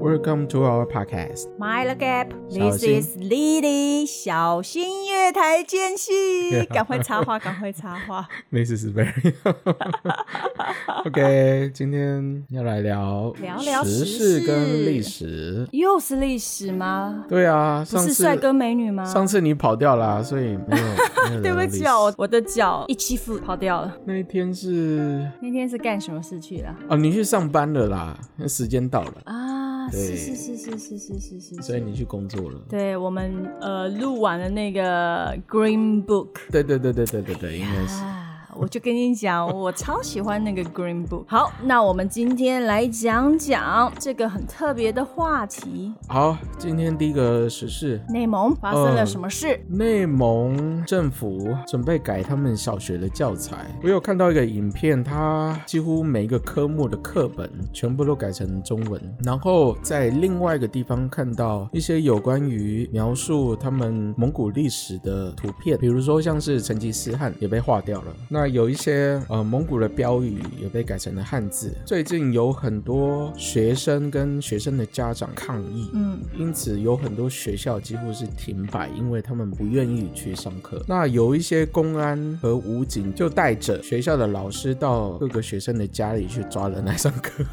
Welcome to our podcast。 Mind the gap. 小 This 心 is Lily. 小心月台间隙，赶快插 话，赶快插话。 This is very OK。今天要来聊聊聊时时事事跟历史。又是历史吗？对啊，不上是次帅哥美女吗？上次你跑掉啦，所以没有。没有对不聊历史起啊，我我的脚一欺负跑掉了。那一天是那天是干什么事去了？哦，你去上班了啦，那时间到了，啊，对是是是是是是是是。所以你去工作了。对我们呃录完了那个 Green Book。对对对对对对对，应该是。啊，我就跟你讲，我超喜 欢那个 Green Book。好，那我们今天来讲讲这个很特别的话题好，今天第一个时事， ——内蒙发生嗯了什么事？内蒙政府准备改他们小学的教材。我有看到一个影片，它几乎每一个科目的课本全部都改成中文。然后在另外一个地方看到一些有关于描述他们蒙古历史的图片，比如说像是成吉思汗也被划掉了。那有一些呃蒙古的标语也被改成了汉字。最近有很多学生跟学生的家长抗议，嗯，因此有很多学校几乎是停摆，因为他们不愿意去上课。那有一些公安和武警就带着学校的老师到各个学生的家里去抓人来上 课。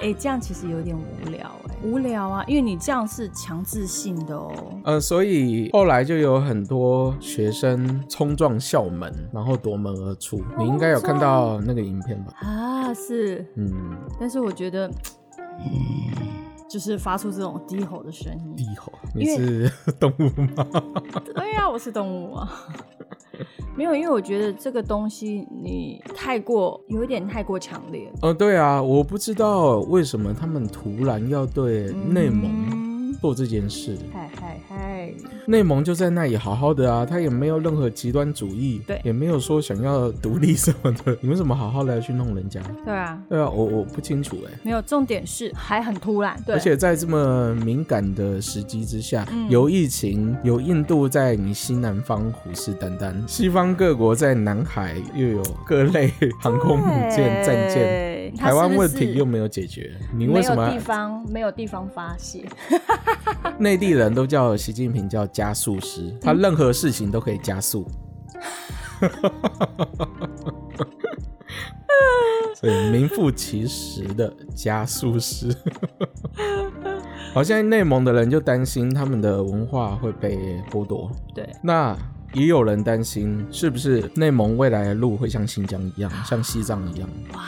哎，这样其实有点无聊哎、无聊啊，因为你这样是强制性的哦。呃，所以后来就有很多学生冲撞校门，然后夺门而出。你应该有看到那个影片吧？啊，是，嗯，但是我觉得，就是发出这种低吼的声音。地吼，你是 动物吗？ 对呀、我是动物啊。 没有，因为我觉得这个东西你太过有一点太过强烈了。呃，对啊，我不知道为什么他们突然要对内蒙嗯做这件事。嗨嗨嗨！内蒙就在那里好好的啊，他也没有任何极端主义，对也没有说想要独立什么的， 你们怎么好好的去弄人家？对啊，对啊，我我不清楚哎、没有，重点是还很突然，对，嗯而且在这么敏感的时机之下，有疫情，有印度在你西南方虎视眈眈，西方各国在南海又有各类 航空母舰对战舰，它台湾是不问是题又没有解决，你没为什有地么方没有地方 发泄，内地人都叫习近平叫加速师，他任何事情都可以加速。 所以名副其实的加速师。好，现在内蒙的人就担心他们的文化会被剥夺，对，那也有人担心是不是内蒙未来的路会像新疆一样，像西藏一样。哇，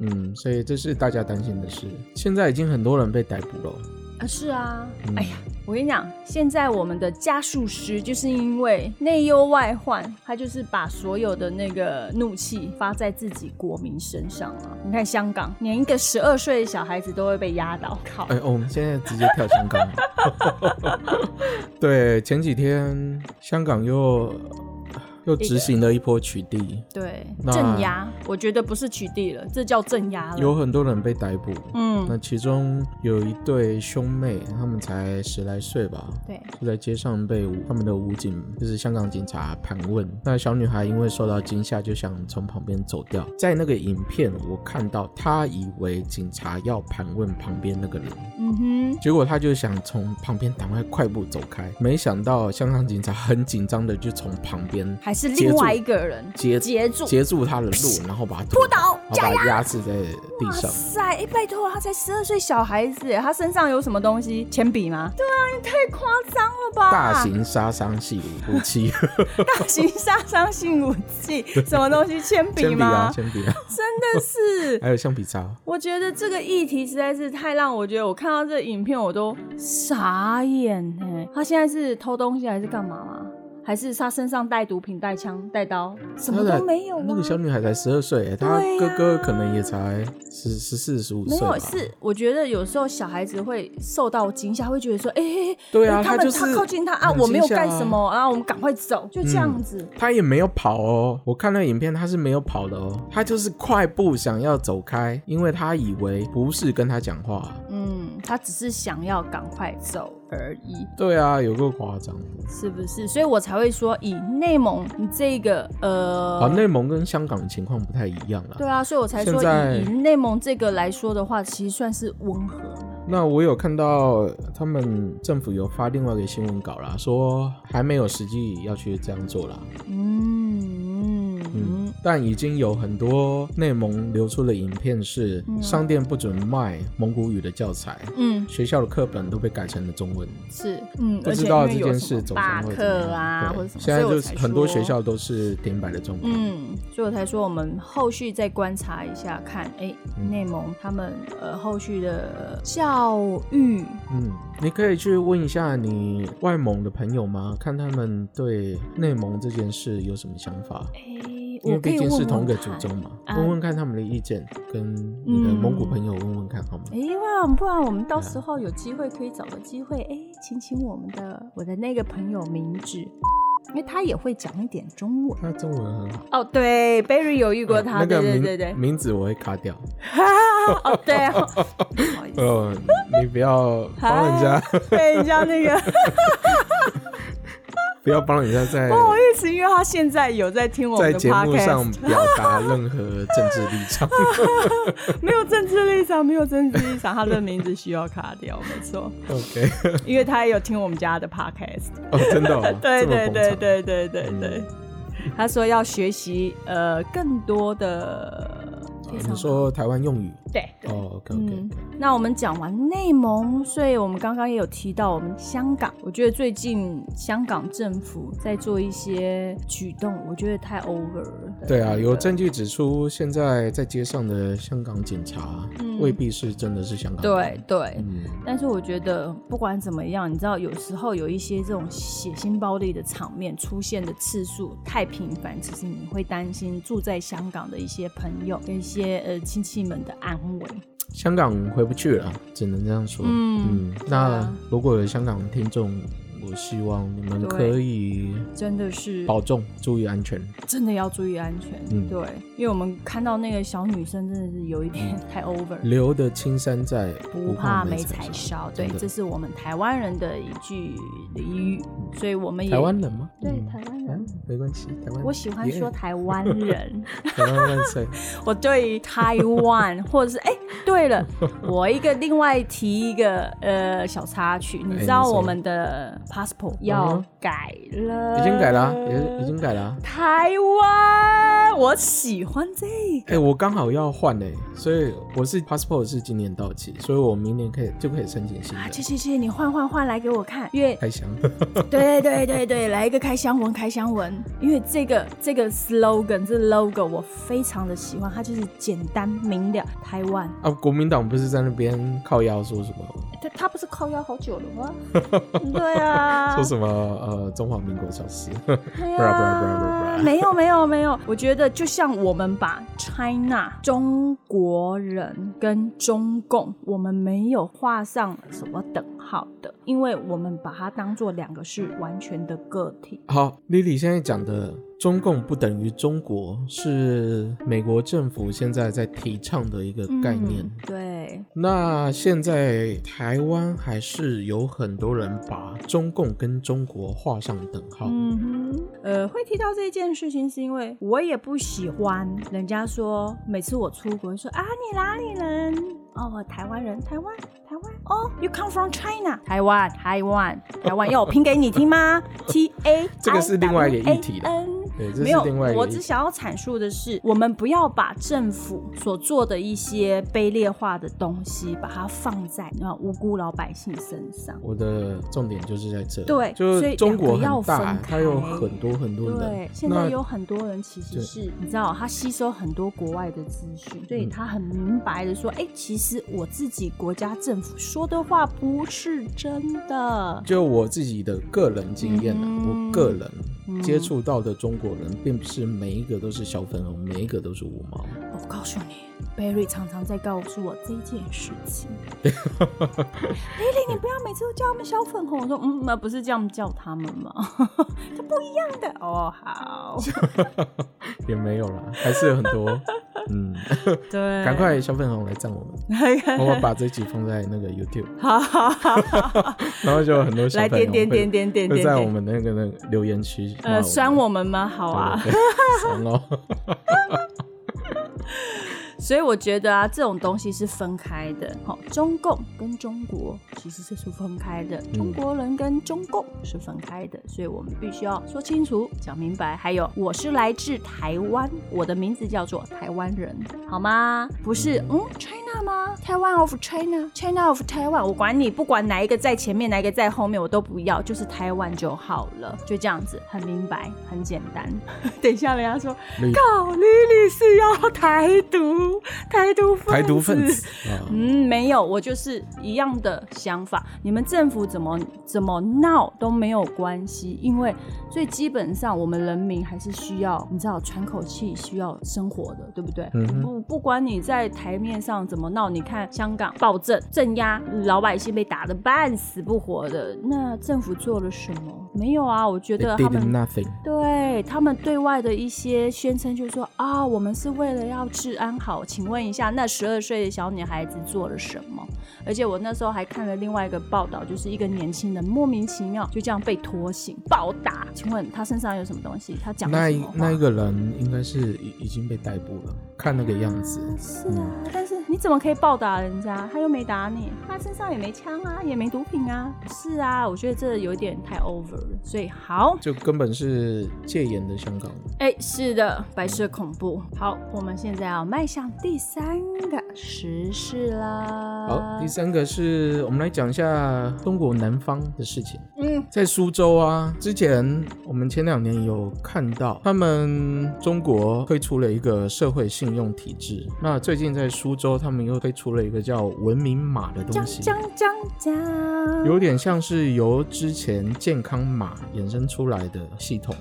嗯，所以这是大家担心的事。现在已经很多人被逮捕了。啊是啊，嗯哎呀。我跟你讲，现在我们的加速师就是因为内忧外患，他就是把所有的那个怒气发在自己国民身上啊！你看香港，连一个十二岁的小孩子都会被压倒，靠！哎、我们现在直接跳香港。对，前几天香港又又执行了一波取缔，对，那镇压，我觉得不是取缔了，这叫镇压了。有很多人被逮捕。那嗯，其中有一对兄妹，他们才十来岁吧，对，就在街上被武他们的武警，就是香港警察盘问。那小女孩因为受到惊吓，就想从旁边走掉。在那个影片，我看到她以为警察要盘问旁边那个人，嗯哼，结果他就想从旁边赶快快步走开，没想到香港警察很紧张的就从旁边还是截另住外一个人截截住。截住他的路，然后把他扑倒然后把他压制在地上。塞！哎、拜托，他才十二岁小孩子，他身上有什么东西？铅笔吗？对啊，你太夸张了吧！大型杀伤系武 器，大型杀伤性武 器，什么东西？铅笔铅笔吗？啊，铅笔啊，真的是，还有橡皮擦。我觉得这个议题实在是太让我觉得，我看到这个影片我都傻眼哎、他现在是偷东西还是干嘛吗？还是他身上带毒品、带枪、带刀，什么她都的没有、啊。那个小女孩才十二岁，她对哥呀哥可能也才十十四十五没岁吧有，。是我觉得有时候小孩子会受到惊吓，会觉得说，哎、哎哎对啊他他们就是靠近他啊，很我没有惊吓啊干什么啊，我们赶快走，就这样子。她也没有跑哦，我看那个影片，她是没有跑的哦，她就是快步想要走开，因为她以为不是跟她讲话，嗯，嗯，他只是想要赶快走而已。对啊，有够夸张的。是不是？所以我才会说，以内蒙这个呃，啊，内蒙跟香港的情况不太一样啦。对啊，所以我才说现在以以内蒙这个来说的话，其实算是温和。那我有看到他们政府有发另外一个新闻稿啦，说还没有实际要去这样做啦，嗯嗯嗯嗯，但已经有很多内蒙流出的影片是嗯商店不准卖蒙古语的教材，嗯，学校的课本都被改成了中文。是嗯，不而知且道因这为有件什事么走罢向会怎么课样啊，对或者什么，现在所以我就才是很多说学校都是停摆的状况。嗯，所以我才说我们后续再观察一下，看哎，嗯内蒙他们呃后续的教育，嗯，你可以去问一下你外蒙的朋友吗？看他们对内蒙这件事有什么想法。哎，因为我可以毕竟问是同一问个祖看宗嘛，啊问问看他们的意见，跟你的蒙古朋友问问看好吗？哎哇，不然我们到时候有机会可以找个机会，哎，请请我们的我的那个朋友明志，因为他也会讲一点中文。他中文很好，哦，对，Berry 有遇过他，哎那个对名对对对，名字我会卡掉。 哦对 哦，不好意思，呃，你不要帮人家， 被人家那个不要帮人家在 不好意思，因为他现在有在听我在们的节目上 podcast，表达任何政治立 场。没有政治立场，没有政治立场，他的名字需要卡掉，没错， OK，因为他也有听我们家 的 podcast。哦，真的、哦，对这么对捧对场，对对对对，他说要学习呃更多的哦非常好，你说台湾用语对对。哦，OK OK，嗯那我们讲完内蒙，所以我们刚刚也有提到我们香港。我觉得最近香港政府在做一些举动，我觉得太 over 了。对啊，有证据指出，现在在街上的香港警察嗯未必是真的是香港对人。对，嗯，但是我觉得不管怎么样，你知道有时候有一些这种血腥暴力的场面出现的次数太频繁，其实你会担心住在香港的一些朋友跟一些呃亲戚们的安危。香港回不去了，只能这样说。嗯那如果有香港听众，我希望你们对可以真的是保重，注意安全。真的要注意安全，嗯对，因为我们看到那个小女生真的是有一点太 over 了。留得青山在，不怕嗯怕没柴柴烧，对真，的这是我们台湾人的一句俚语，所以我们也台湾人吗？对嗯台湾人啊，没关系，台湾。我喜欢说耶台湾人，台湾万 岁。我对于台湾， 或者是哎、对了，我一个另外提一个呃小插曲，你知道哎你说嗯我们的 passport 要改了，已经改了啊，呃也已经改了啊。台湾，我喜欢这个，哎、我刚好要换哎、所以我是 passport 是今年到期，所以我明年可以就可以申请新的。啊，谢谢谢谢你换换换来给我看，因为 开箱， 对对对对，来一个开箱文开箱文，因为这个这个 slogan 这 logo 我非常的喜欢，它就是简单明了，台湾，啊，国民党不是在那边靠腰说什么？它它不是靠腰好久了 吗？ 对啊，说什么呃中华民国消失？对不啦不啦不啦不啦啊，哎没有没有没有，我觉得就像我们把 China 中国人跟中共，我们没有画上什么等号的，因为我们把它当做两个是完全的个体。 好，Lily 现在讲的中共不等于中国，是美国政府现在在提倡的一个概念。嗯对，那现在台湾还是有很多人把中共跟中国画上等号。嗯哼，呃，会提到这件事情是因为我也不喜欢人家说，每次我出国说啊，你哪里人？哦，我台湾人，台湾，台湾。哦，You come from China，台湾，台湾，台湾。要我拼给你听吗？T A，这个是另外一个议题了 N 对，这没是有另外，一个我议只题想要阐述的是，我们不要把政府所做的一些卑劣化的东西，把它放在那无辜老百姓身上。我的重点就是在这，对就所以是中国两个要很大分，开它有很多很多人对，，现在那有很多人其实对是，你知道，他吸收很多国外的资讯，所以嗯他很明白的说，哎、其实我自己国家政府说的话不是真的。就我自己的个人经验啊，嗯我个人接触到的中国人，并不是每一个都是小粉红，每一个都是五毛。我告诉你，Barry 常常在告诉我这件事 情。Lily，你不要每次都叫他们小粉红。我说，嗯，那不是这样叫他们吗？ 这不一样的哦。好，也没有啦，还是有很多嗯， 对，赶快小粉红来赞我们，我把这集放在那个 YouTube，好，好好好，然后就有很多小来粉红点点会点点点会点在我点，们那个那个留言区骂呃，酸我我们吗？好们啊，对对对酸哦， 所以我觉得啊，这种东西是分开的。好，中共跟中国其实是分开的，中国人跟中共是分开的，所以我们必须要说清楚、讲明白。还有，我是来自台湾，我的名字叫做台湾人，好吗？不是，嗯，China 吗？Taiwan of China，China of Taiwan，我管你，不管哪一个在前面，哪一个在后面，我都不要，就是台湾就好了，就这样子，很明白，很简单。 等一下，人家说绿搞莉莉是要台独，台独分子台独分。子啊，嗯，没有，我就是一样的想法。你们政府怎么怎么闹都没有关系，因为最基本上我们人民还是需要，你知道喘口气，需要生活的，对不对？嗯哼不不管你在台面上怎么闹，你看香港暴政镇压，老百姓被打得半死不活的，那政府做了什么？没有啊，我觉 They 得他 did 们 nothing，对他们对外的一些宣称，就说啊，我们是为了要治安好。请问一下，那十二岁的小女孩子做了什么？而且我那时候还看了另外一个报道，就是一个年轻人莫名其妙就这样被拖行暴打。请问他身上有什么东西？他讲了那什一么那一话？个人应该是已已经被逮捕了，看那个样子，是啊，但是你怎么可以暴打人家？他又没打你，他身上也没枪啊，也没毒品啊。是啊，我觉得这有点太 over 了。所以好，就根本是戒严的香港。哎，是的，白色恐怖。好，我们现在要迈向第三个时事啦。好，第，三个是我们来讲一下中国南方的事情。嗯，在苏州啊，之前我们前两年有看到他们中国推出了一个社会信用体制，那最近在苏州他们又推出了一个叫文明码的讲东西。讲讲讲，有点像是由之前健康码衍生出来的系统，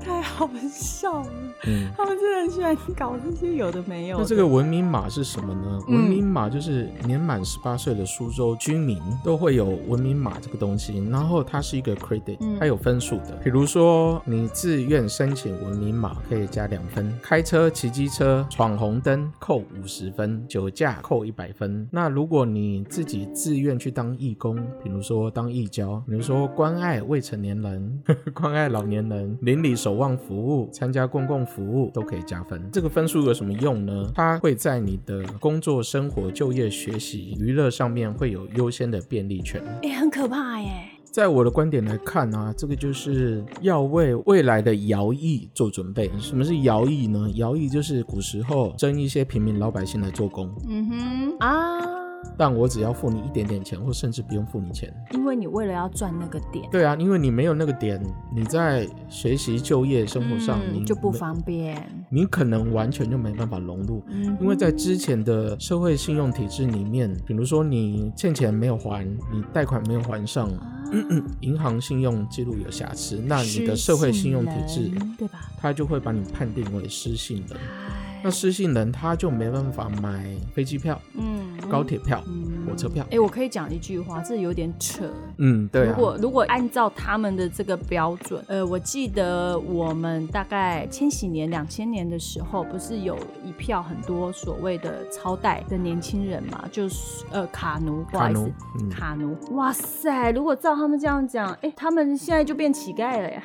太好笑了。嗯，他们真的居然搞这些有的没有那的。这个文明码是什么呢？嗯文明码就是年满十八岁的苏州居民都会有文明码这个东西，然后它是一个 credit，嗯它有分数的。比如说你自愿申请文明码可以加两分，开车、骑机车、闯红灯扣五十分，酒驾扣一百分。那如果你自己自愿去当义工，比如说当义交，比如说关爱未成年人、 关爱老年人、邻里守望服务、参加公共服务都可以加分。这个分数有什么用呢？它会在你的工作、生活、就业、学习、娱乐上面会有优先的便利权。也、哎很可怕耶。在我的观点来看啊，这个就是要为未来的徭役做准备。什么是徭役呢？徭役就是古时候征一些平民老百姓来做工，嗯哼啊，但我只要付你一点点钱，或甚至不用付你钱。因为你为了要赚那个点，对啊，因为你没有那个点，你在学习、就业、生活上，嗯你就不没，方便。你可能完全就没办法融入。嗯，因为在之前的社会信用体制里面，比如说你欠钱没有还，你贷款没有还上，嗯银行信用记录有瑕疵，那你的社会信用体制，对吧？它就会把你判定为失信人。哎那失信人他就没办法买飞机票、嗯，高铁票、嗯火车票哎、。我可以讲一句话，这有点扯。嗯，对如啊，果如果按照他们的这个标准，呃，我记得我们大概千禧年、两千年的时候，不是有一票很多所谓的超贷的年轻人嘛，就是呃卡奴，不好意卡思奴，嗯卡奴，哇塞！如果照他们这样讲，哎、他们现在就变乞丐了呀，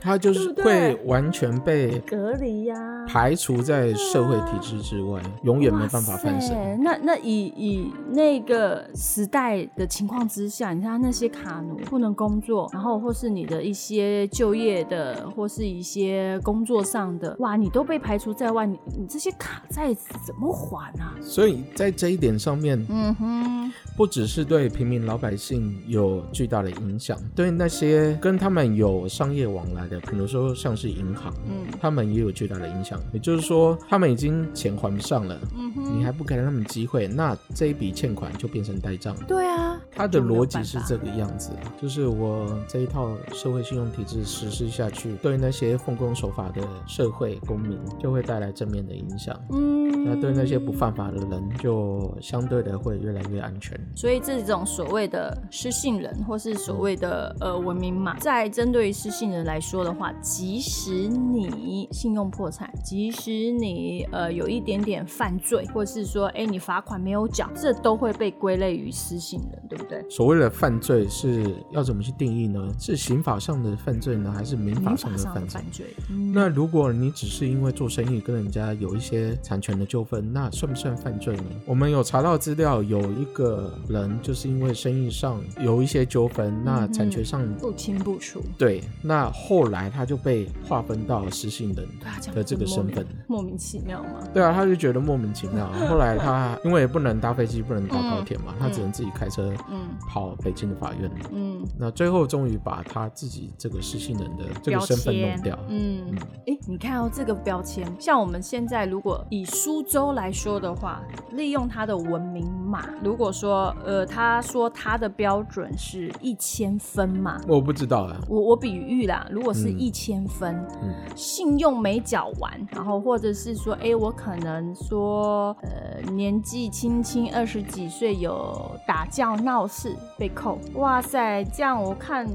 他就是对不对会完全被 隔离呀、排除在社会体制之外，永远没办法翻哇塞身。那那以以那个时代的情况之下，你看那些卡奴不能工作，然后或是你的一些就业的，或是一些工作上的，哇，你都被排除在外，你你这些卡债子怎么还啊？所以在这一点上面，嗯哼，不只是对平民老百姓有巨大的影响，对那些跟他们有商业往来的，比如说像是银行，嗯他们也有巨大的影响。也就是说，他们已经钱还不上了，嗯你哼，还不给他们机会，那这一笔欠款就变成呆账。对啊，他的就没有逻辑办是法这个样子，就是我这一套社会信用体制实施下去，对那些奉公守法的社会公民就会带来正面的影响。嗯，那对那些不犯法的人，就相对的会越来越安全。所以这种所谓的失信人，或是所谓的呃文明码，在针对于失信人来说的话，即使你信用破产，即使你呃有一点点犯罪，或是说哎你罚款没有缴，这都会被归类于失信人，对不对？所谓的犯罪是要怎么去定义呢？是刑法上的犯罪呢，还是民法民上法的上犯的罪犯？罪，嗯那如果你只是因为做生意跟人家有一些产权的纠纷，那算不算犯罪呢？我们有查到资料，有一个人就是因为生意上有一些纠纷，嗯那产权上、不清不楚。对，那后来他就被划分到失信人对啊，讲的这个身份。莫名其妙嘛。对啊，他就觉得莫名其 妙。后来他因为不能搭飞机，不能搭高铁嘛，他只能自己开车嗯跑北京的法院。嗯，那最后终于把他自己这个失信人的这个标身签，份弄掉。嗯，哎、你看到、这个标签，像我们现在如果以苏州来说的话，利用它的文明码，如果说呃，他说他的标准是一千分嘛。我不知道啊，我我比喻啦，如果是嗯一千分，嗯信用没缴完，然后或者是说，哎、我可能说，呃，年纪轻轻二十几岁有打架闹事被扣，哇塞，这样我看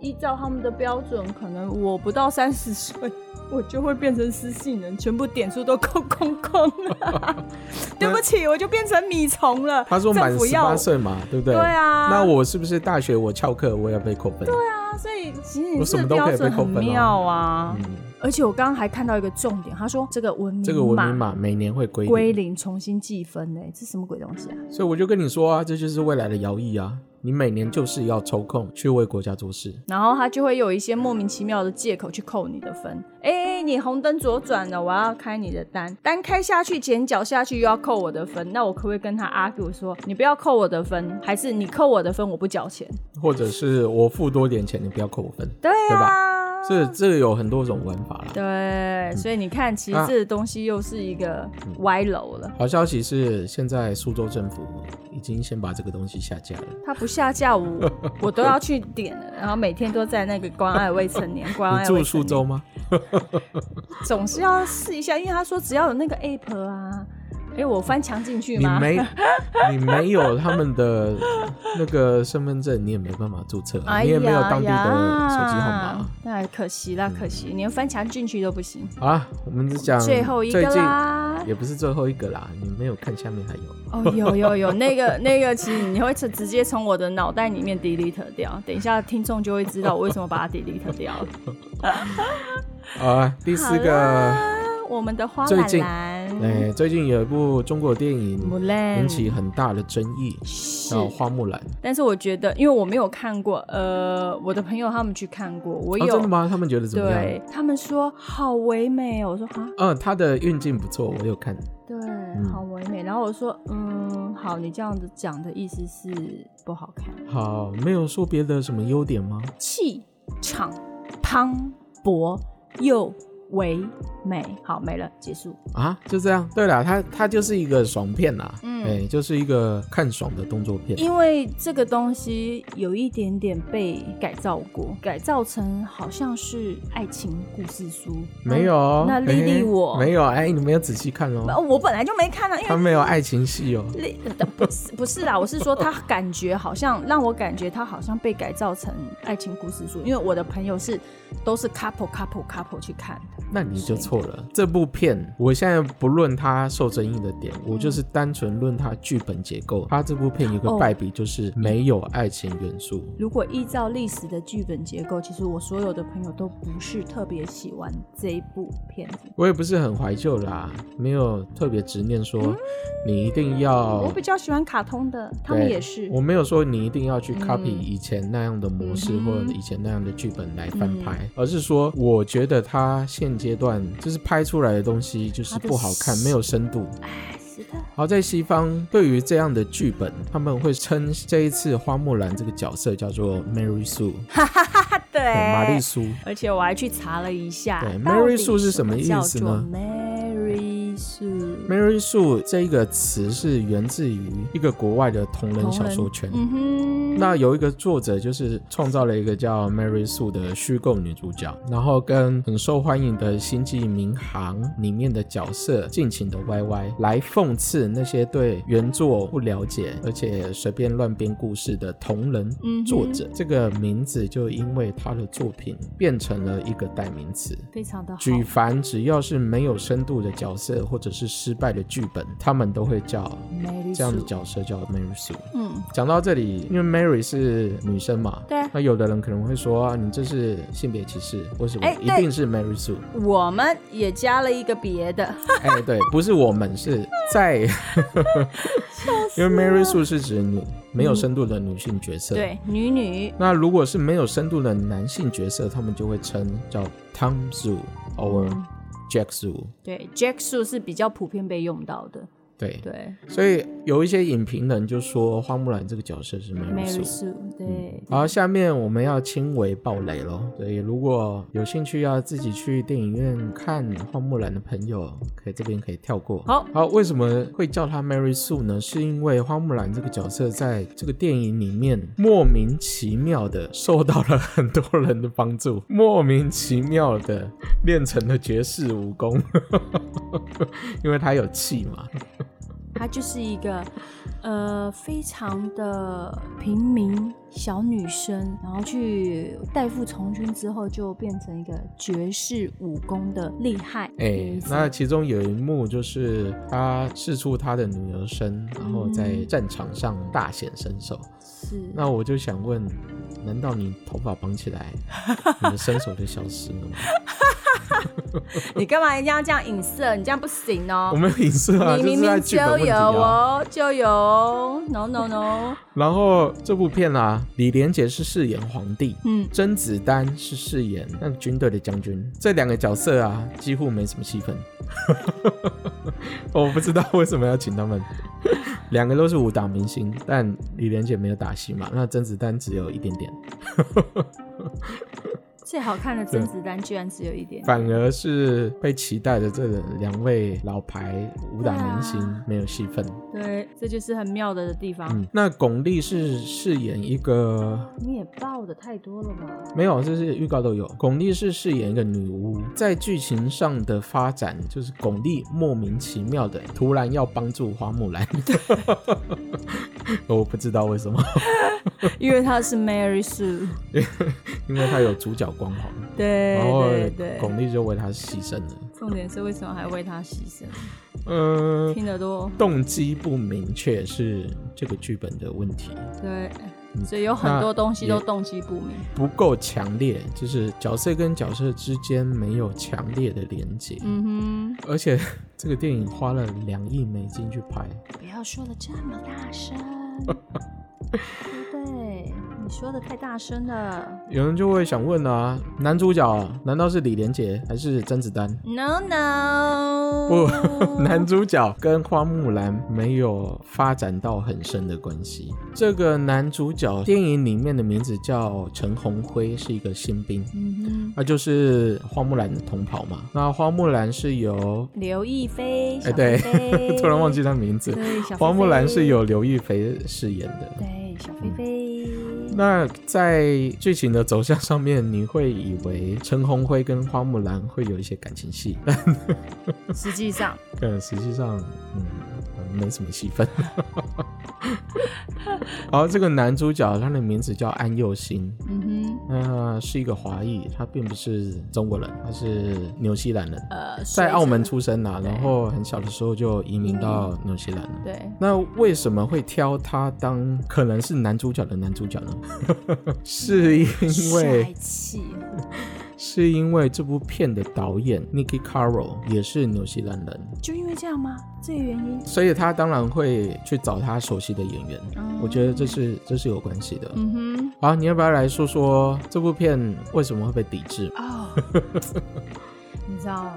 依照他们的标准，可能我不到三十岁。我就会变成失信人，全部点数都扣空空了。 对不起，我就变成米虫了。他说满政府十要八我岁嘛，对不对？对啊那我是不是大学我翘课我也要被扣分？对啊。啊，所以其实你我什这么个都可标以被准扣很分哦妙啊。嗯，而且我刚刚还看到一个重点，他说这个文明这个文码明码每年会归归零，零重新计分呢、这什么鬼东西啊？所以我就跟你说啊，这就是未来的徭役啊！你每年就是要抽空去为国家做事。然后他就会有一些莫名其妙的借口去扣你的分。哎、你红灯左转了，我要开你的单，单开下去减缴下去又要扣我的分，那我可不可以跟他 argue 说你不要扣我的分，还是你扣我的分我不缴钱？或者是我付多点钱，你不要扣我分。对对啊，这这个有很多种玩法啦。对，所以你看，其实啊嗯这个东西又是一个歪楼了。好消息是，现在苏州政府已经先把这个东西下架了。他不下 架我，我都要去点了，然后每天都在那个关爱未成年，关你爱住未成苏年，州吗？总是要试一下，因为他说只要有那个 app 啊，哎、我翻墙进去你吗？ 没，你没有他们的那个身份证，你也没办法注册啊、哎呀你也没有当地的呀手机号码。那可惜啦，可惜，连翻墙进去都不行。好啦，我们只讲最后一个最近啦，也不是嗯最后一个啦，你没有看下面还有。哦，有有有，那个 那个，其实你会直直接从我的脑袋里面 delete 掉，等一下听众就会知道我为什么把它 delete 掉了。啊，第四好个，啦，我们的花最兰近兰，哎，最近有一部中国电木影兰引起很大的争议，嗯是叫《花木兰》。但是我觉得，因为我没有看过，呃，我的朋友他们去看过，我啊，有、真的吗？他们觉得怎么样？对他们说好唯美哦，我说啊，嗯，他的运镜不错，我有看。对，嗯好唯美。然后我说，嗯，好，你这样子讲的意思是不好看，好，没有说别的什么优点吗？气场磅礴又唯美，好没了，结束。啊，就这样。对啦，它它就是一个爽片啦，嗯，嗯哎、就是一个看爽的动作片。因为这个东西有一点点被改造过，改造成好像是爱情故事书，没有哦，嗯那莉莉哎我没有，哎、你没有仔细看呃，哦，我本来就没看啊，因为它没有爱情戏哦。类呃不是 不是啦，我是说他感觉好像让我感觉他好像被改造成爱情故事书，因为我的朋友是都是 couple couple couple 去看的，那你就错了。这部片，我现在不论它受争议的点，嗯我就是单纯论它剧本结构。它这部片有个哦败笔就是没有爱情元素。如果依照历史的剧本结构，其实我所有的朋友都不是特别喜欢这一部片子。我也不是很怀旧啦，没有特别执念说你一定要。嗯我比较喜欢卡通的，他们哦对也是。我没有说你一定要去 copy 嗯以前那样的模式、嗯哼嗯或者以前那样的剧本来翻拍，而是说我觉得它现阶段就是拍出来的东西就是不好看，它的没有深度。哎，是的，好在西方对于这样的剧本，他们会称这一次花木兰这个角色叫做 Mary Sue，对，对玛丽苏。而且我还去查了一下对到底，Mary Sue 是什么意思呢叫做？Mary Sue 是 Mary Sue 这一个词是源自于一个国外的同人同小人说圈。嗯哼，那有一个作者就是创造了一个叫 Mary Sue 的虚构女主角，然后跟很受欢迎的《星际民航》里面的角色尽情的 YY 来讽刺那些对原作不了解而且随便乱编故事的同人嗯哼作者。这个名字就因为他的作品变成了一个代名词。非常的好。举凡只要是没有深度的角色或者是失败的剧本，他们都会叫 Mary 这样的 Sue 角色叫 Mary Sue。嗯，讲到这里，因为 Mary 是女生嘛，对那有的人可能会说、啊你这是性别歧视，为什么？哎一对定是 Mary Sue。我们也加了一个别的，哎、对，不是我们，是 在，因为 Mary Sue 是指女没有深度的女性角色。。嗯对，女女那如果是没有深度的男性角色，他们就会称叫 Tom Zoo or 嗯 Jack Zoo。对 Jack Sue 是比较普遍被用到的，对，对所以有一些影评人就说花木兰这个角色是 Mary Mary Sue。 Sue 对，好，下面我们要轻微爆雷喽。所以如果有兴趣要自己去电影院看《花木兰》的朋友，可以这边可以跳过。好好，为什么会叫她 Mary Sue 呢？是因为花木兰这个角色在这个电影里面莫名其妙的受到了很多人的帮助， 莫名其妙的练成了绝世武功， 因为她有气嘛。她就是一个呃非常的平民小女生，然后去代父从军之后，就变成一个绝世武功的厉害哎、女子。那其中有一幕就是他试出他的女儿身，然后在战场上大显身手。是那我就想问，难道你头发绑起 来，你的身手就消失了吗？ 你干嘛一定要这样影射？你这样不行 我哦。们影视啊，你就是明在明剧就本问题有啊。哦，就有哦，no no no，然后这部片啊，李连杰是饰演皇帝。嗯，甄子丹是饰演那个军队的将军，这两个角色啊，几乎没什么戏份。我不知道为什么要请他们，两个都是武打明星，但李连杰没有打戏嘛，那甄子丹只有一点点，最好看的甄子丹居然只有一点，反而是被期待的这两位老牌武打明星对啊没有戏份。对，这就是很妙的地方。嗯，那巩俐是饰演一个你也爆的太多了 吧？没有，这是预告都有。巩俐是饰演一个女巫，在剧情上的发展，就是巩俐莫名其妙的突然要帮助花木兰， 我不知道为什么，因为她是 Mary Sue，因为她有主角光环，对然后对对。巩俐就为她牺牲了。重点是为什么还为她牺牲？嗯、听得多，动机不明确是这个剧本的问题，对，嗯所以有很多东西都动机不明。不够强烈，就是角色跟角色之间没有强烈的连接。嗯而且这个电影花了两亿美金去拍，哼，不要说的这么 大声，对不对？你说的太大声了。有人就会想问啊，男主角难道是李连杰还是甄子丹？ No no，不， 男主角跟花木兰没有发展到很深的关系。这个男主角电影里面的名字叫陈鸿辉，是一个新兵，嗯那就是花木兰的同袍嘛。那花木兰是由，哼，刘亦菲，哎、对，对突然忘记他名字。对，小菲菲花木兰是由刘亦菲饰演的。对小菲菲，那在剧情的走向上面，你会以为陈鸿辉跟花木兰会有一些感情戏，但实际上呃实际上，嗯，呃没什么戏份。然后这个男主角他的名字叫安宥兴，嗯哼，那、是一个华裔，他并不是中国人，他是纽西兰人，呃，在澳门随出生啦，然后很小的时候就移民到纽西兰了。着对，那为什么会挑他当可能是男主角的男主角呢？ 是因帅为气，是因为这部片的导演 Nicky Caro 也是纽西兰人，就因为这样吗？这个原因？所以他当然会去找他熟悉的演员。嗯我觉得这是这是有关系的。嗯哼，好，你要不要来说说这部片为什么会被抵制？哦，你知道吗？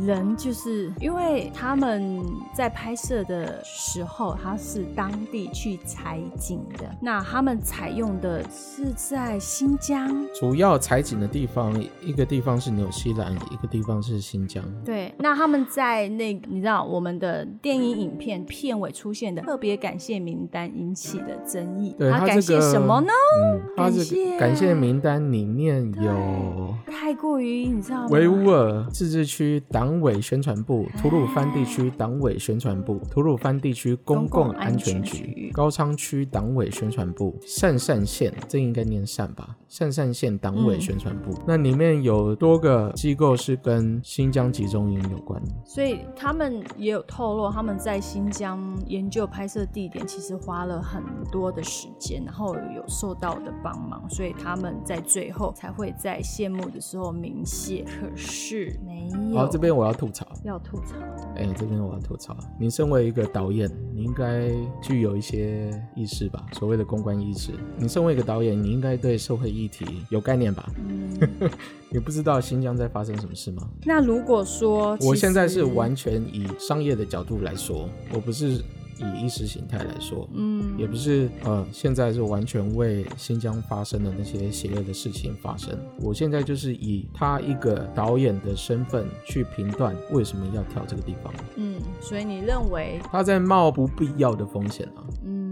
人就是因为他们在拍摄的时候，他是当地去采景的，那他们采用的是在新疆。主要采景的地方，一个地方是纽西兰，一个地方是新疆。对，那他们在那个你知道我们的电影影片片尾出现的特别感谢名单引起的争议，对他他感这谢个什么呢？嗯，它这感谢个感谢名单里面有太过于你知道吗？维吾哦尔自治区党委宣传部、吐鲁番地区党委宣传部、吐鲁番地区公共安全嗯公共安全局局、高昌区党委宣传部、鄯善县（这应该念善吧）鄯善县党委宣传嗯部。那里面有多个机构是跟新疆集中营有关。所以他们也有透露，他们在新疆研究拍摄地点，其实花了很多的时间，然后有受到的帮忙，所以他们在最后才会在谢幕的时候鸣谢。可是没有，好，这边我要吐槽，要吐槽，哎、这边我要吐槽，你身为一个导演，你应该具有一些意识吧，所谓的公关意识。你身为一个导演，你应该对社会议题有概念吧？嗯， 你不知道新疆在发生什么事吗？那如果说我其现在是实完全以商业的角度来说，我不是以意识形态来说，嗯也不是呃，现在是完全为新疆发生的那些邪恶的事情发生。我现在就是以他一个导演的身份去评断为什么要跳这个地方，嗯，所以你认为他在冒不必要的风险啊。嗯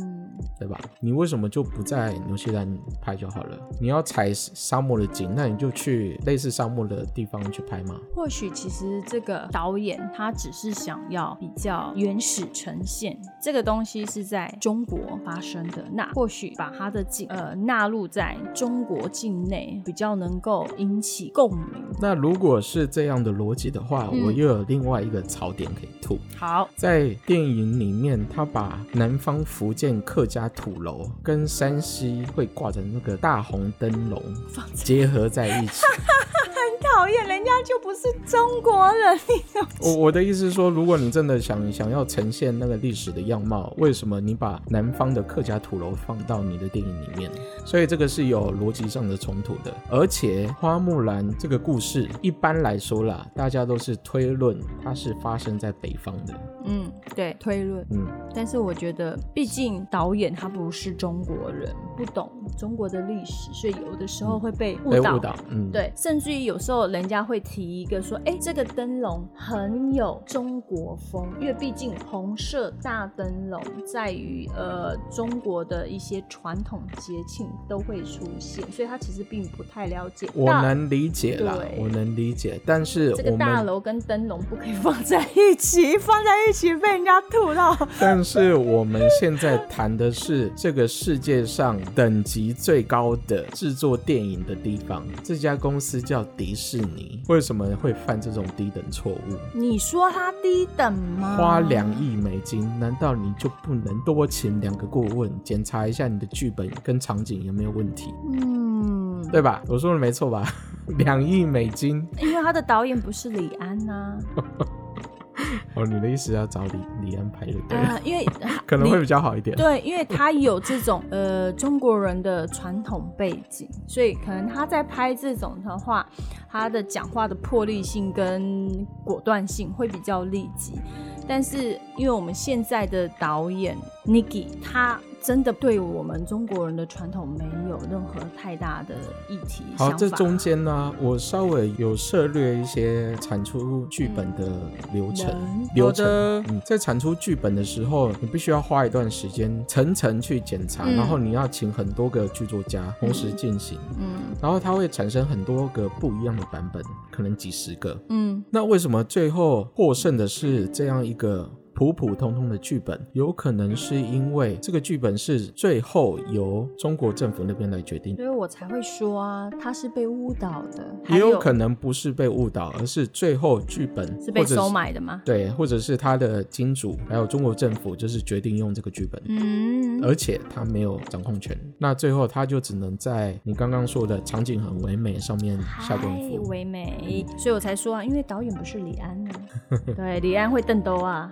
对吧？你为什么就不在纽西兰拍就好了？你要采沙漠的景，那你就去类似沙漠的地方去拍嘛。或许其实这个导演他只是想要比较原始呈现这个东西是在中国发生的，那或许把他的景呃纳入在中国境内，比较能够引起共鸣。那如果是这样的逻辑的话，嗯我又有另外一个槽点可以吐。好，在电影里面，他把南方福建客家土楼跟山西会挂着那个大红灯笼结合在一起。很讨厌，人家就不是中国人，你知道吗我我的意思是说，如果你真的想想要呈现那个历史的样貌，为什么你把南方的客家土楼放到你的电影里面？所以这个是有逻辑上的冲突的。而且花木兰这个故事，一般来说啦，大家都是推论它是发生在北方的。 嗯，对，推论。嗯，但是我觉得，毕竟导演他不是中国人，不懂中国的历史，所以有的时候会被误被导。误导。嗯，。对，甚至于有时候人家会提一个说，哎，这个灯笼很有中国风，因为毕竟红色大灯笼在于呃中国的一些传统节庆都会出现，所以他其实并不太了解我大能理解啦，对我能理解，但是这我个们，大楼跟灯笼不可以放在一起，放在一起被人家吐到。 但是我们现在谈的是这个世界上等级最高的制作电影的地方，这家公司叫迪士尼，为什么会犯这种低等错误？你说他低等吗？花两亿美金，难道你就不能多请两个顾问检查一下你的剧本跟场景有没有问题，嗯，对吧？我说的没错吧？两亿美金，因为他的导演不是李安啊呐、哦，你的意思要找李李安拍就啊，对了，因为可能李会比较好一点。对，因为他有这种呃中国人的传统背景，所以可能他在拍这种的话，他的讲话的魄力性跟果断性会比较立即。但是因为我们现在的导演 Niki，他真的对我们中国人的传统没有任何太大的议题好，想这法啊中间呢、我稍微有涉略一些产出剧本的流程嗯能。流程，嗯，在产出剧本的时候，你必须要花一段时间层层去检查，嗯然后你要请很多个剧作家同时进行，嗯然后它会产生很多个不一样的版本，可能几十个。嗯那为什么最后获胜的是这样一个普普通通的剧本？有可能是因为这个剧本是最后由中国政府那边来决定的所以我才会说啊，他是被误导的，还也有可能不是被误导，而是最后剧本是被或者收买的吗？对，或者是他的金主还有中国政府就是决定用这个剧本，嗯，而且他没有掌控权，那最后他就只能在你刚刚说的场景很唯美上面下功嗨夫。嗯 唯美，所以我才说啊，因为导演不是李安啊，对，李安会瞪兜啊，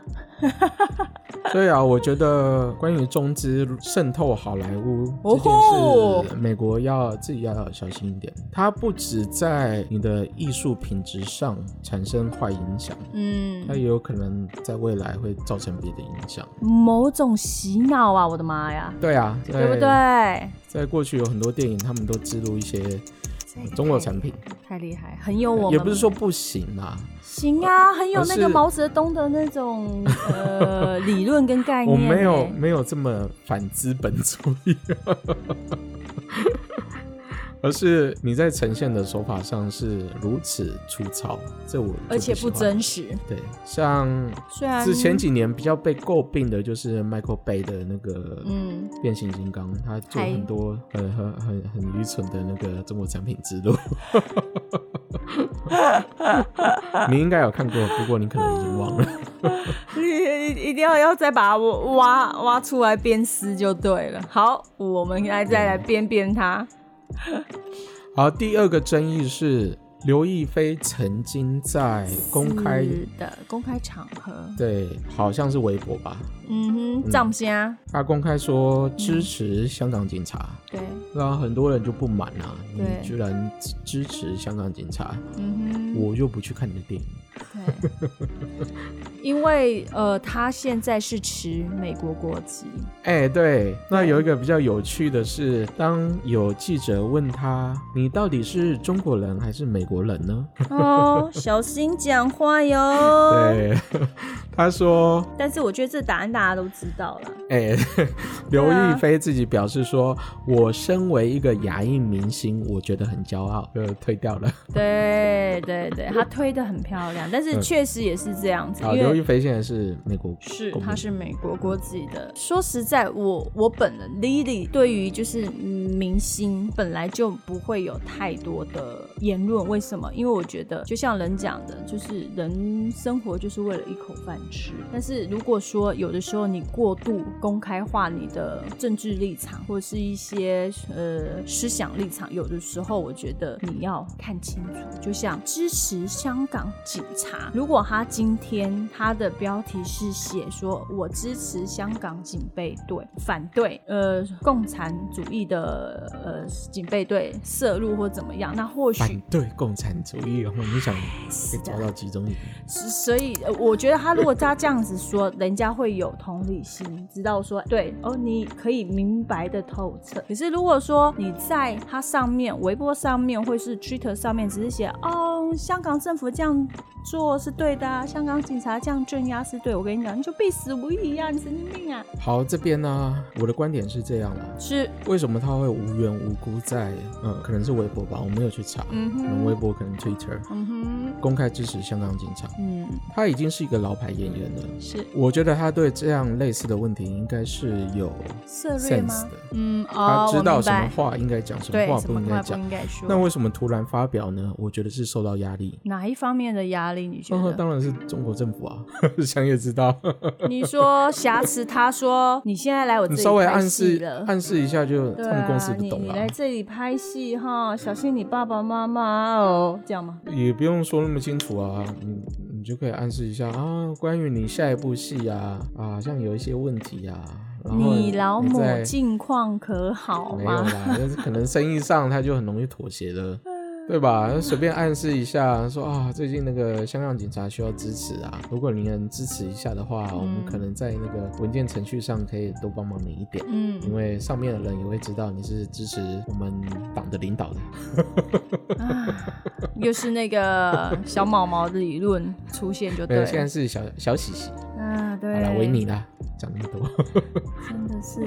所以啊，我觉得关于中资渗透好莱坞这哦件吼事，美国要自己要小心一点。它不止在你的艺术品质上产生坏影响，它嗯，也有可能在未来会造成别的影响。某种洗脑啊，我的妈呀，对啊，对对不对？在过去有很多电影，他们都植入一些呃中国产品，太厉害，很有我们也不是说不行啊。行啊，很有而那是个毛泽东的那种呃理论跟 概我念欸。没有没有这么反资本主义， 而是你在呈现的手法上是如此粗糙，这我就而且不不喜欢。真实。对，像虽然之前几年比较被诟病的就是 Michael Bay 的那个嗯，变形金刚，他做还很多很很很很愚蠢的那个中国产品之路。你应该有看过，不过你可能已经忘了。一一定要要再把它挖挖出来鞭尸就对了。好，我们来再嗯来鞭鞭他。好，第二个争议是刘亦菲曾经在公开是的公开场合，对，好像是微博吧，嗯哼，藏虾，她公开说支持香港警察，对，那、很多人就不满啊，你对居然支支持香港警察，嗯我就不去看你的电影。哼，对。 因为呃，他现在是持美国国籍，哎、对，那有一个比较有趣的是，当有记者问他：“你到底是中国人还是美国人呢哦，小心讲话？”哟。。对， 他说但是我觉得这答案大家都知道了。哎、 刘啊亦菲自己表示说：“我身为一个亚裔明星，我觉得很骄傲。”就退掉了。对对对，她推的很漂亮，但是啊嗯确实也是这样子，好，因刘亦为。菲现在是美国是，公民她是美国国籍的。说实在，我我本人 Lily 对于就是嗯明星本来就不会有太多的言论，为什么？因为我觉得就像人讲的，就是人生活就是为了一口饭吃。但是如果说有的时候你过度公开化你的政治立场或者是一些呃思想立场，有的时候我觉得你要看清楚。就像支持香港警察，如果他今天他的标题是写说我支持香港警备队，反对呃共产主义的呃警备队摄入或怎么样，那或许反对共产主义，然后你哎想被抓到集中营，是所以，呃我觉得他如果他这样子说，人家会有同理心，知道说对哦，你可以明白的透彻。可是如果说你在他上面、微博上面或是 Twitter 上面，只是写哦，香港政府这样做是对的、啊，香港警察这样镇压是对，我跟你讲，你就必死无疑呀、啊，你神经病啊！好，这边呢、我的观点是这样啦。是，为什么他会无缘无故在嗯，可能是微博吧，我没有去查，嗯可能哼，微博，可能 Twitter 嗯哼，公开支持香港警察，嗯，他已经是一个老牌演员了。是我觉得他对这样类似的问题应该是有策略 sense 吗的？，嗯，他哦，知我道明什么白，话应该讲，什么对话，什不么应话该不讲。应该说。那为什么突然发表呢？我觉得是受到压力。哪一方面的压力？你觉呵呵得？当然是中国政府啊， 想也知道。 你说挟持他说你现在来我这你里稍微拍暗戏示了，暗示一下就，对他们公司啊，不你懂你啦、来这里拍戏哈，小心你爸爸妈妈哦，这样吗？也不用说那么清楚啊，你你就可以暗示一下啊，关于你下一部戏啊，啊，像有一些问题啊，然后你老母在近况可好没有吗？啦，但是可能生意上他就很容易妥协了，对吧？那随便暗示一下，说啊，最近那个香港警察需要支持啊，如果你能支持一下的话，我们可能在那个文件程序上可以多帮忙你一点。嗯，因为上面的人也会知道你是支持我们党的领导的，啊，又是那个小毛毛的理论出现就没对有，现在了。是小小喜喜，啊，好对，了，维你啦，讲那么多，真的是，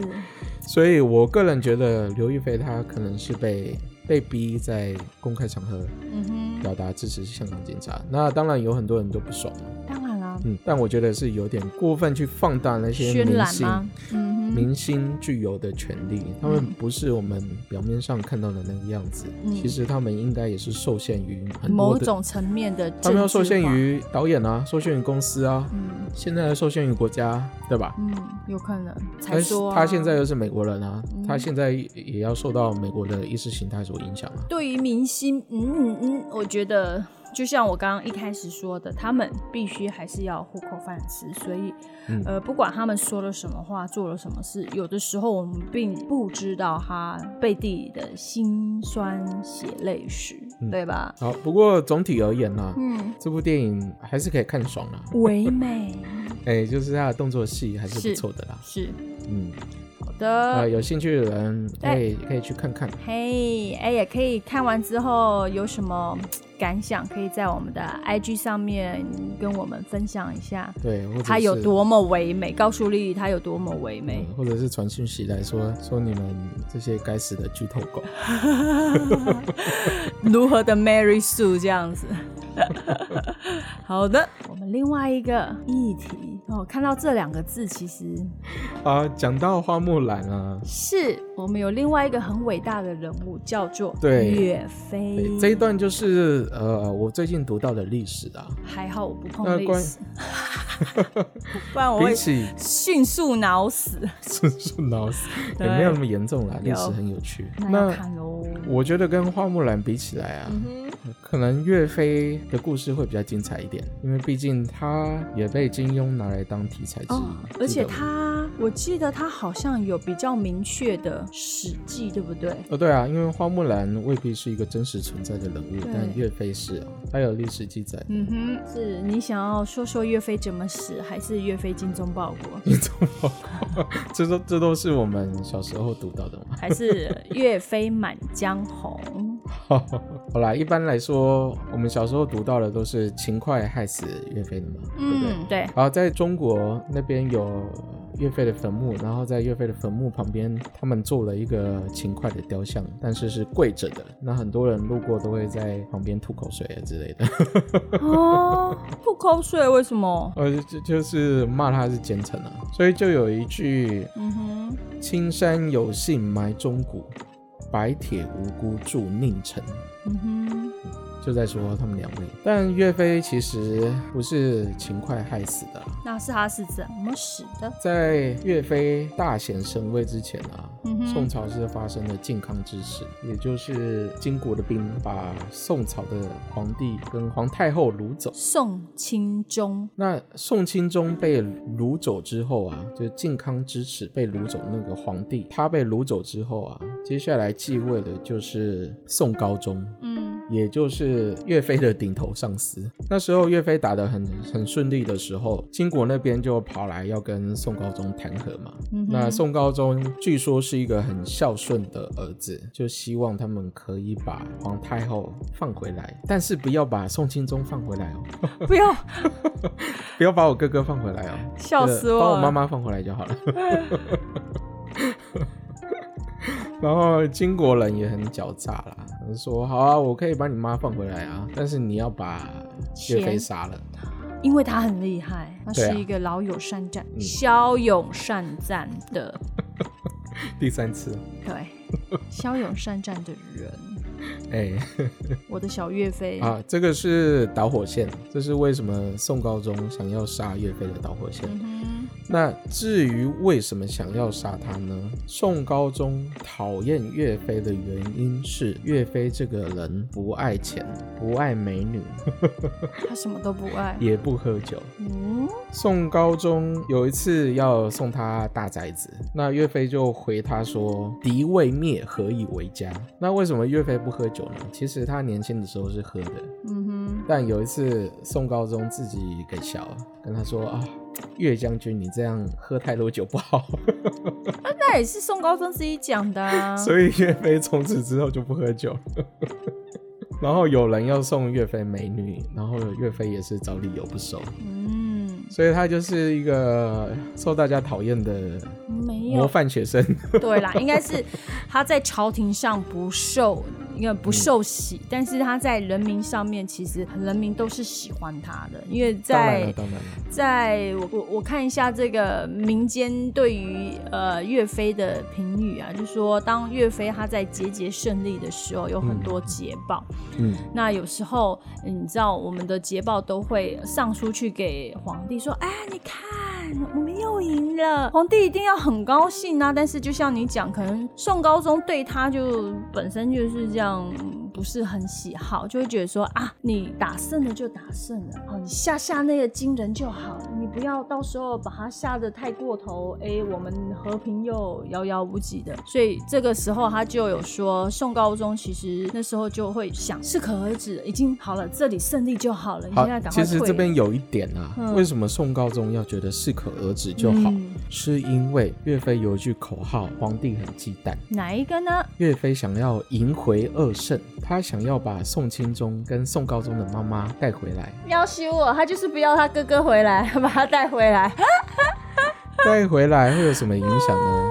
所以我个人觉得刘亦菲她可能是被被逼在公开场合嗯哼，表达支持香港警察，那当然有很多人都不爽了，当然了，嗯，但我觉得是有点过分去放大那些渲明染星吗？嗯哼，明星具有的权利，他们不是我们表面上看到的那个样子，嗯其实他们应该也是受限于很多某的，种层面的，他们要受限，于导演啊，受限于公司啊，嗯现在受限于国家，对吧？嗯，有可能才但是说啊嗯他现在又是美国人啊，他现在也要受到美国的意识形态所影响啊。对于明星，嗯嗯嗯，我觉得就像我刚刚一开始说的，他们必须还是要糊口饭吃，所以，嗯呃，不管他们说了什么话，做了什么事，有的时候我们并不知道他背地里的辛酸血泪史，对吧？好，不过总体而言呢、啊嗯，这部电影还是可以看爽啦、唯美哎、就是它的动作戏还是是不错的啦。是嗯，好呃，的。有兴趣的人可哎以可以去看看。嘿，哎，也可以看完之后有什么感想，可以在我们的 IG 上面跟我们分享一下，对，或者它有是多么唯美，告诉丽丽它有多么唯美。 嗯或者是传讯息来说说你们这些该死的剧透狗。如何的 Mary Sue 这样子。 好的，我们另外一个议题哦，看到这两个字，其实啊，讲到花木兰啊，是我们有另外一个很伟大的人物，叫做对岳对飞。这一段就是呃，我最近读到的历史啊，还好我不那碰历关 史，不然我比会起迅速脑死。纯属脑死也对没有那么严重啦，历有史很有趣。那要看喽。我觉得跟花木兰比起来啊，嗯可能岳飞的故事会比较精彩一点，因为毕竟他也被金庸拿来当题材之一，哦，而记且得吗他，我记得他好像有比较明确的史记，对不对？哦，对啊，因为花木兰未必是一个真实存在的人物，对但岳飞是啊，他有历史记载。嗯哼，是你想要说说岳飞怎么死，还是岳飞精忠报国，你怎么？这都这都是我们小时候读到的嘛。还是岳飞满江红？ 好啦，一般来说，我们小时候读到的都是秦桧害死岳飞的嘛，对不对？嗯， 对，然后在中国那边有岳飞的坟墓，然后在岳飞的坟墓旁边，他们做了一个勤快的雕像，但是是跪着的。那很多人路过都会在旁边吐口水啊之类的，哦，吐口水为什么？呃，就就是骂他是奸臣啊。所以就有一句嗯哼， “青山有幸埋忠骨，白铁无辜铸佞臣”。嗯哼，就在说他们两位，但岳飞其实不是秦桧害死的啊、那是他是怎么死的？在岳飞大显神威之前啊，嗯哼宋朝是发生了靖康之耻，也就是金国的兵把宋朝的皇帝跟皇太后掳走。宋钦宗，那宋钦宗被掳走之后啊，就是靖康之耻被掳走那个皇帝，他被掳走之后啊，接下来继位的就是宋高宗。嗯也就是岳飞的顶头上司。那时候岳飞打得很很顺利的时候，金国那边就跑来要跟宋高宗谈和嘛。嗯哼，那宋高宗据说是一个很孝顺的儿子，就希望他们可以把皇太后放回来，但是不要把宋钦宗放回来哦，不要不要把我哥哥放回来哦，笑死我把我了，妈妈放回来就好了。 然后金国人也很狡诈啦，说好啊，我可以把你妈放回来啊，但是你要把岳飞钱杀了。因为他很厉害，他对啊是一个老友善战、嗯骁勇善战的第三次， 对，骁勇善战的人，哎、我的小岳飞，啊，这个是导火线，这是为什么宋高宗想要杀岳飞的导火线。嗯那至于为什么想要杀他呢？宋高宗讨厌岳飞的原因是岳飞这个人不爱钱，不爱美女，哼，他什么都不爱。也不喝酒。嗯，宋高宗有一次要送他大宅子，那岳飞就回他说：“敌未灭，何以为家？”那为什么岳飞不喝酒呢？其实他年轻的时候是喝的，嗯哼，但有一次宋高宗自己给小了跟他说：“啊，岳将军，你这样喝太多酒不好。。那也是宋高宗自己讲的、啊 所以岳飞从此之后就不喝酒了。 然后有人要送岳飞美女，然后岳飞也是找理由不收，嗯，所以他就是一个受大家讨厌的没模有，范学生。 对啦，应该是他在朝廷上不受，因为不受喜，但是他在人民上面，其实人民都是喜欢他的，因为 当然了，在当然了，在我我我看一下这个民间对于呃岳飞的评语啊，就说当岳飞他在节节胜利的时候，有很多捷报。嗯，那有时候嗯你知道我们的捷报都会上书去给皇帝说，哎，你看我们又赢了，皇帝一定要很高兴啊。但是就像你讲，可能宋高宗对他就本身就是这样。嗯不是很喜好，就会觉得说啊，你打胜了就打胜了，哦，你下下那个金人就好，你不要到时候把它下的太过头，哎、我们和平又遥遥无期的。所以这个时候他就有说，宋高宗其实那时候就会想，适可而止，已经好了，这里胜利就好了，你好现在，赶快其退。实这边有一点啊，嗯为什么宋高宗要觉得适可而止就好？嗯是因为岳飞有一句口号，皇帝很忌惮。哪一个呢？岳飞想要赢回二圣，他想要把宋钦宗跟宋高宗的妈妈带回 来。要修我，他就是不要他哥哥回来，把他带 回来。带回来会有什么影响呢？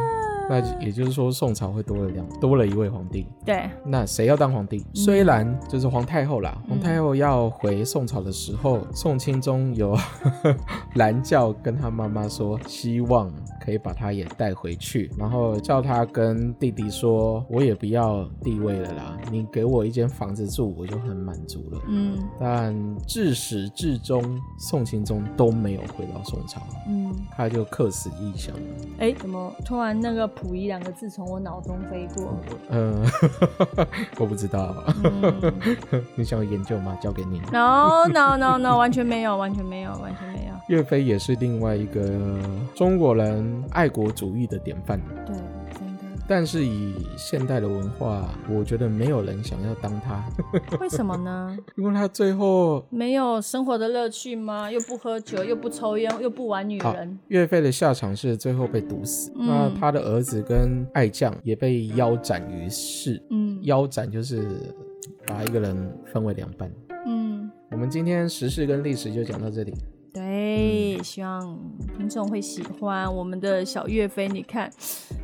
那也就是说，宋朝会多了两多了一位皇帝。对，那谁要当皇帝？虽然就是皇太后啦，皇太后要回宋朝的时候，宋钦宗有 蓝教跟他妈妈说，希望可以把她也带回去，然后叫她跟弟弟说，我也不要地位了啦，你给我一间房子住，我就很满足了。嗯但至始至终，宋钦宗都没有回到宋朝，嗯，他就客死异乡了。哎，怎么突然那个“溥仪”两个字从我脑中飞 过？嗯，我不知道，嗯你想研究吗？交给你。 no no no no，完全没有，完全没有，完全没有。岳飞也是另外一个中国人爱国主义的典范，对，真的。但是以现代的文化，我觉得没有人想要当他， 为什么呢？因为他最后没有生活的乐趣吗？又不喝酒，又不抽烟，又不玩女好人。岳飞的下场是最后被毒死，嗯那他的儿子跟爱将也被腰斩于市，嗯腰斩就是把一个人分为两半。嗯，我们今天时事跟历史就讲到这里。对，希望听众会喜欢我们的小岳飞。你看，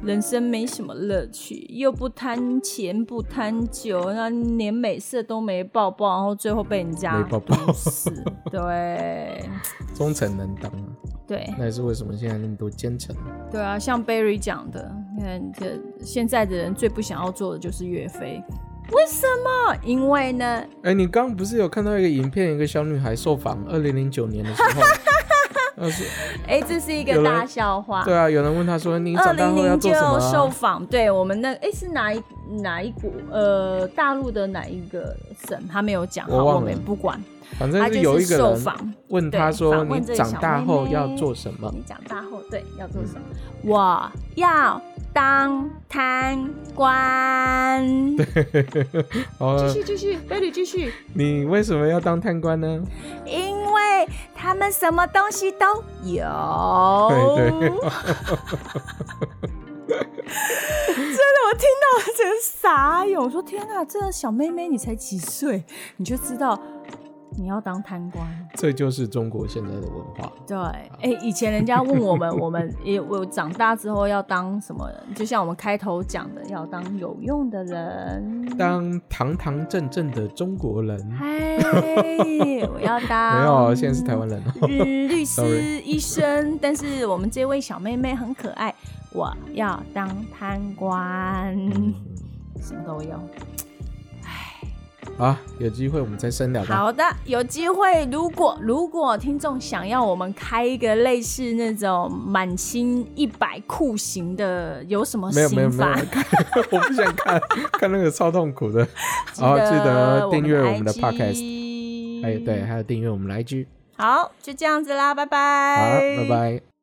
人生没什么乐趣，又不贪钱，不贪酒，那连美色都没抱抱，然后最后被人家没抱抱毒死。对，忠诚能当啊，对，那也是为什么现在那么多奸臣。对啊，像 Barry 讲的，你看这现在的人最不想要做的就是岳飞。为什么？因为呢，哎、你刚刚不是有看到一个影片，一个小女孩受访，二零零九年的时 候，那是哎，这是一有个人大笑话。对啊，有人问她说你二长大零后要零做九什么受啊、访，对我们那哎、是哪一哪一股呃大陆的哪一个省，他没有讲，我好忘我们了也不管，反他正就是有一个受人访。问她对说访问你这个长小大妹后妹要做什么？你长大后对要做什么？我要当贪官。继哦，续继续，Baby 继续，你为什么要当贪官呢？因为他们什么东西都有。对对真的，我听到我真傻眼。我说天哪，这小妹妹你才几岁，你就知道你要当贪官。这就是中国现在的文化。对，哎、以前人家问我们， 我们也我长大之后要当什么人？就像我们开头讲的，要当有用的人。当堂堂正正的中国人， 嗨，我要当。没有，现在是台湾人哦。日律 Sorry 师、医生，但是我们这位小妹妹很可爱，我要当贪官，嗯什么都有。好，啊有机会我们再深聊吧。好的，有机会，如果如果听众想要我们开一个类似那种满清一百酷刑的，有什么没有没有刑没有法？，看我不想看， 看那个超痛苦的。好，记得啊得订阅我们的 IG podcast，还有对，还有订阅我们的 IG。好，就这样子啦，拜好，拜，拜。拜。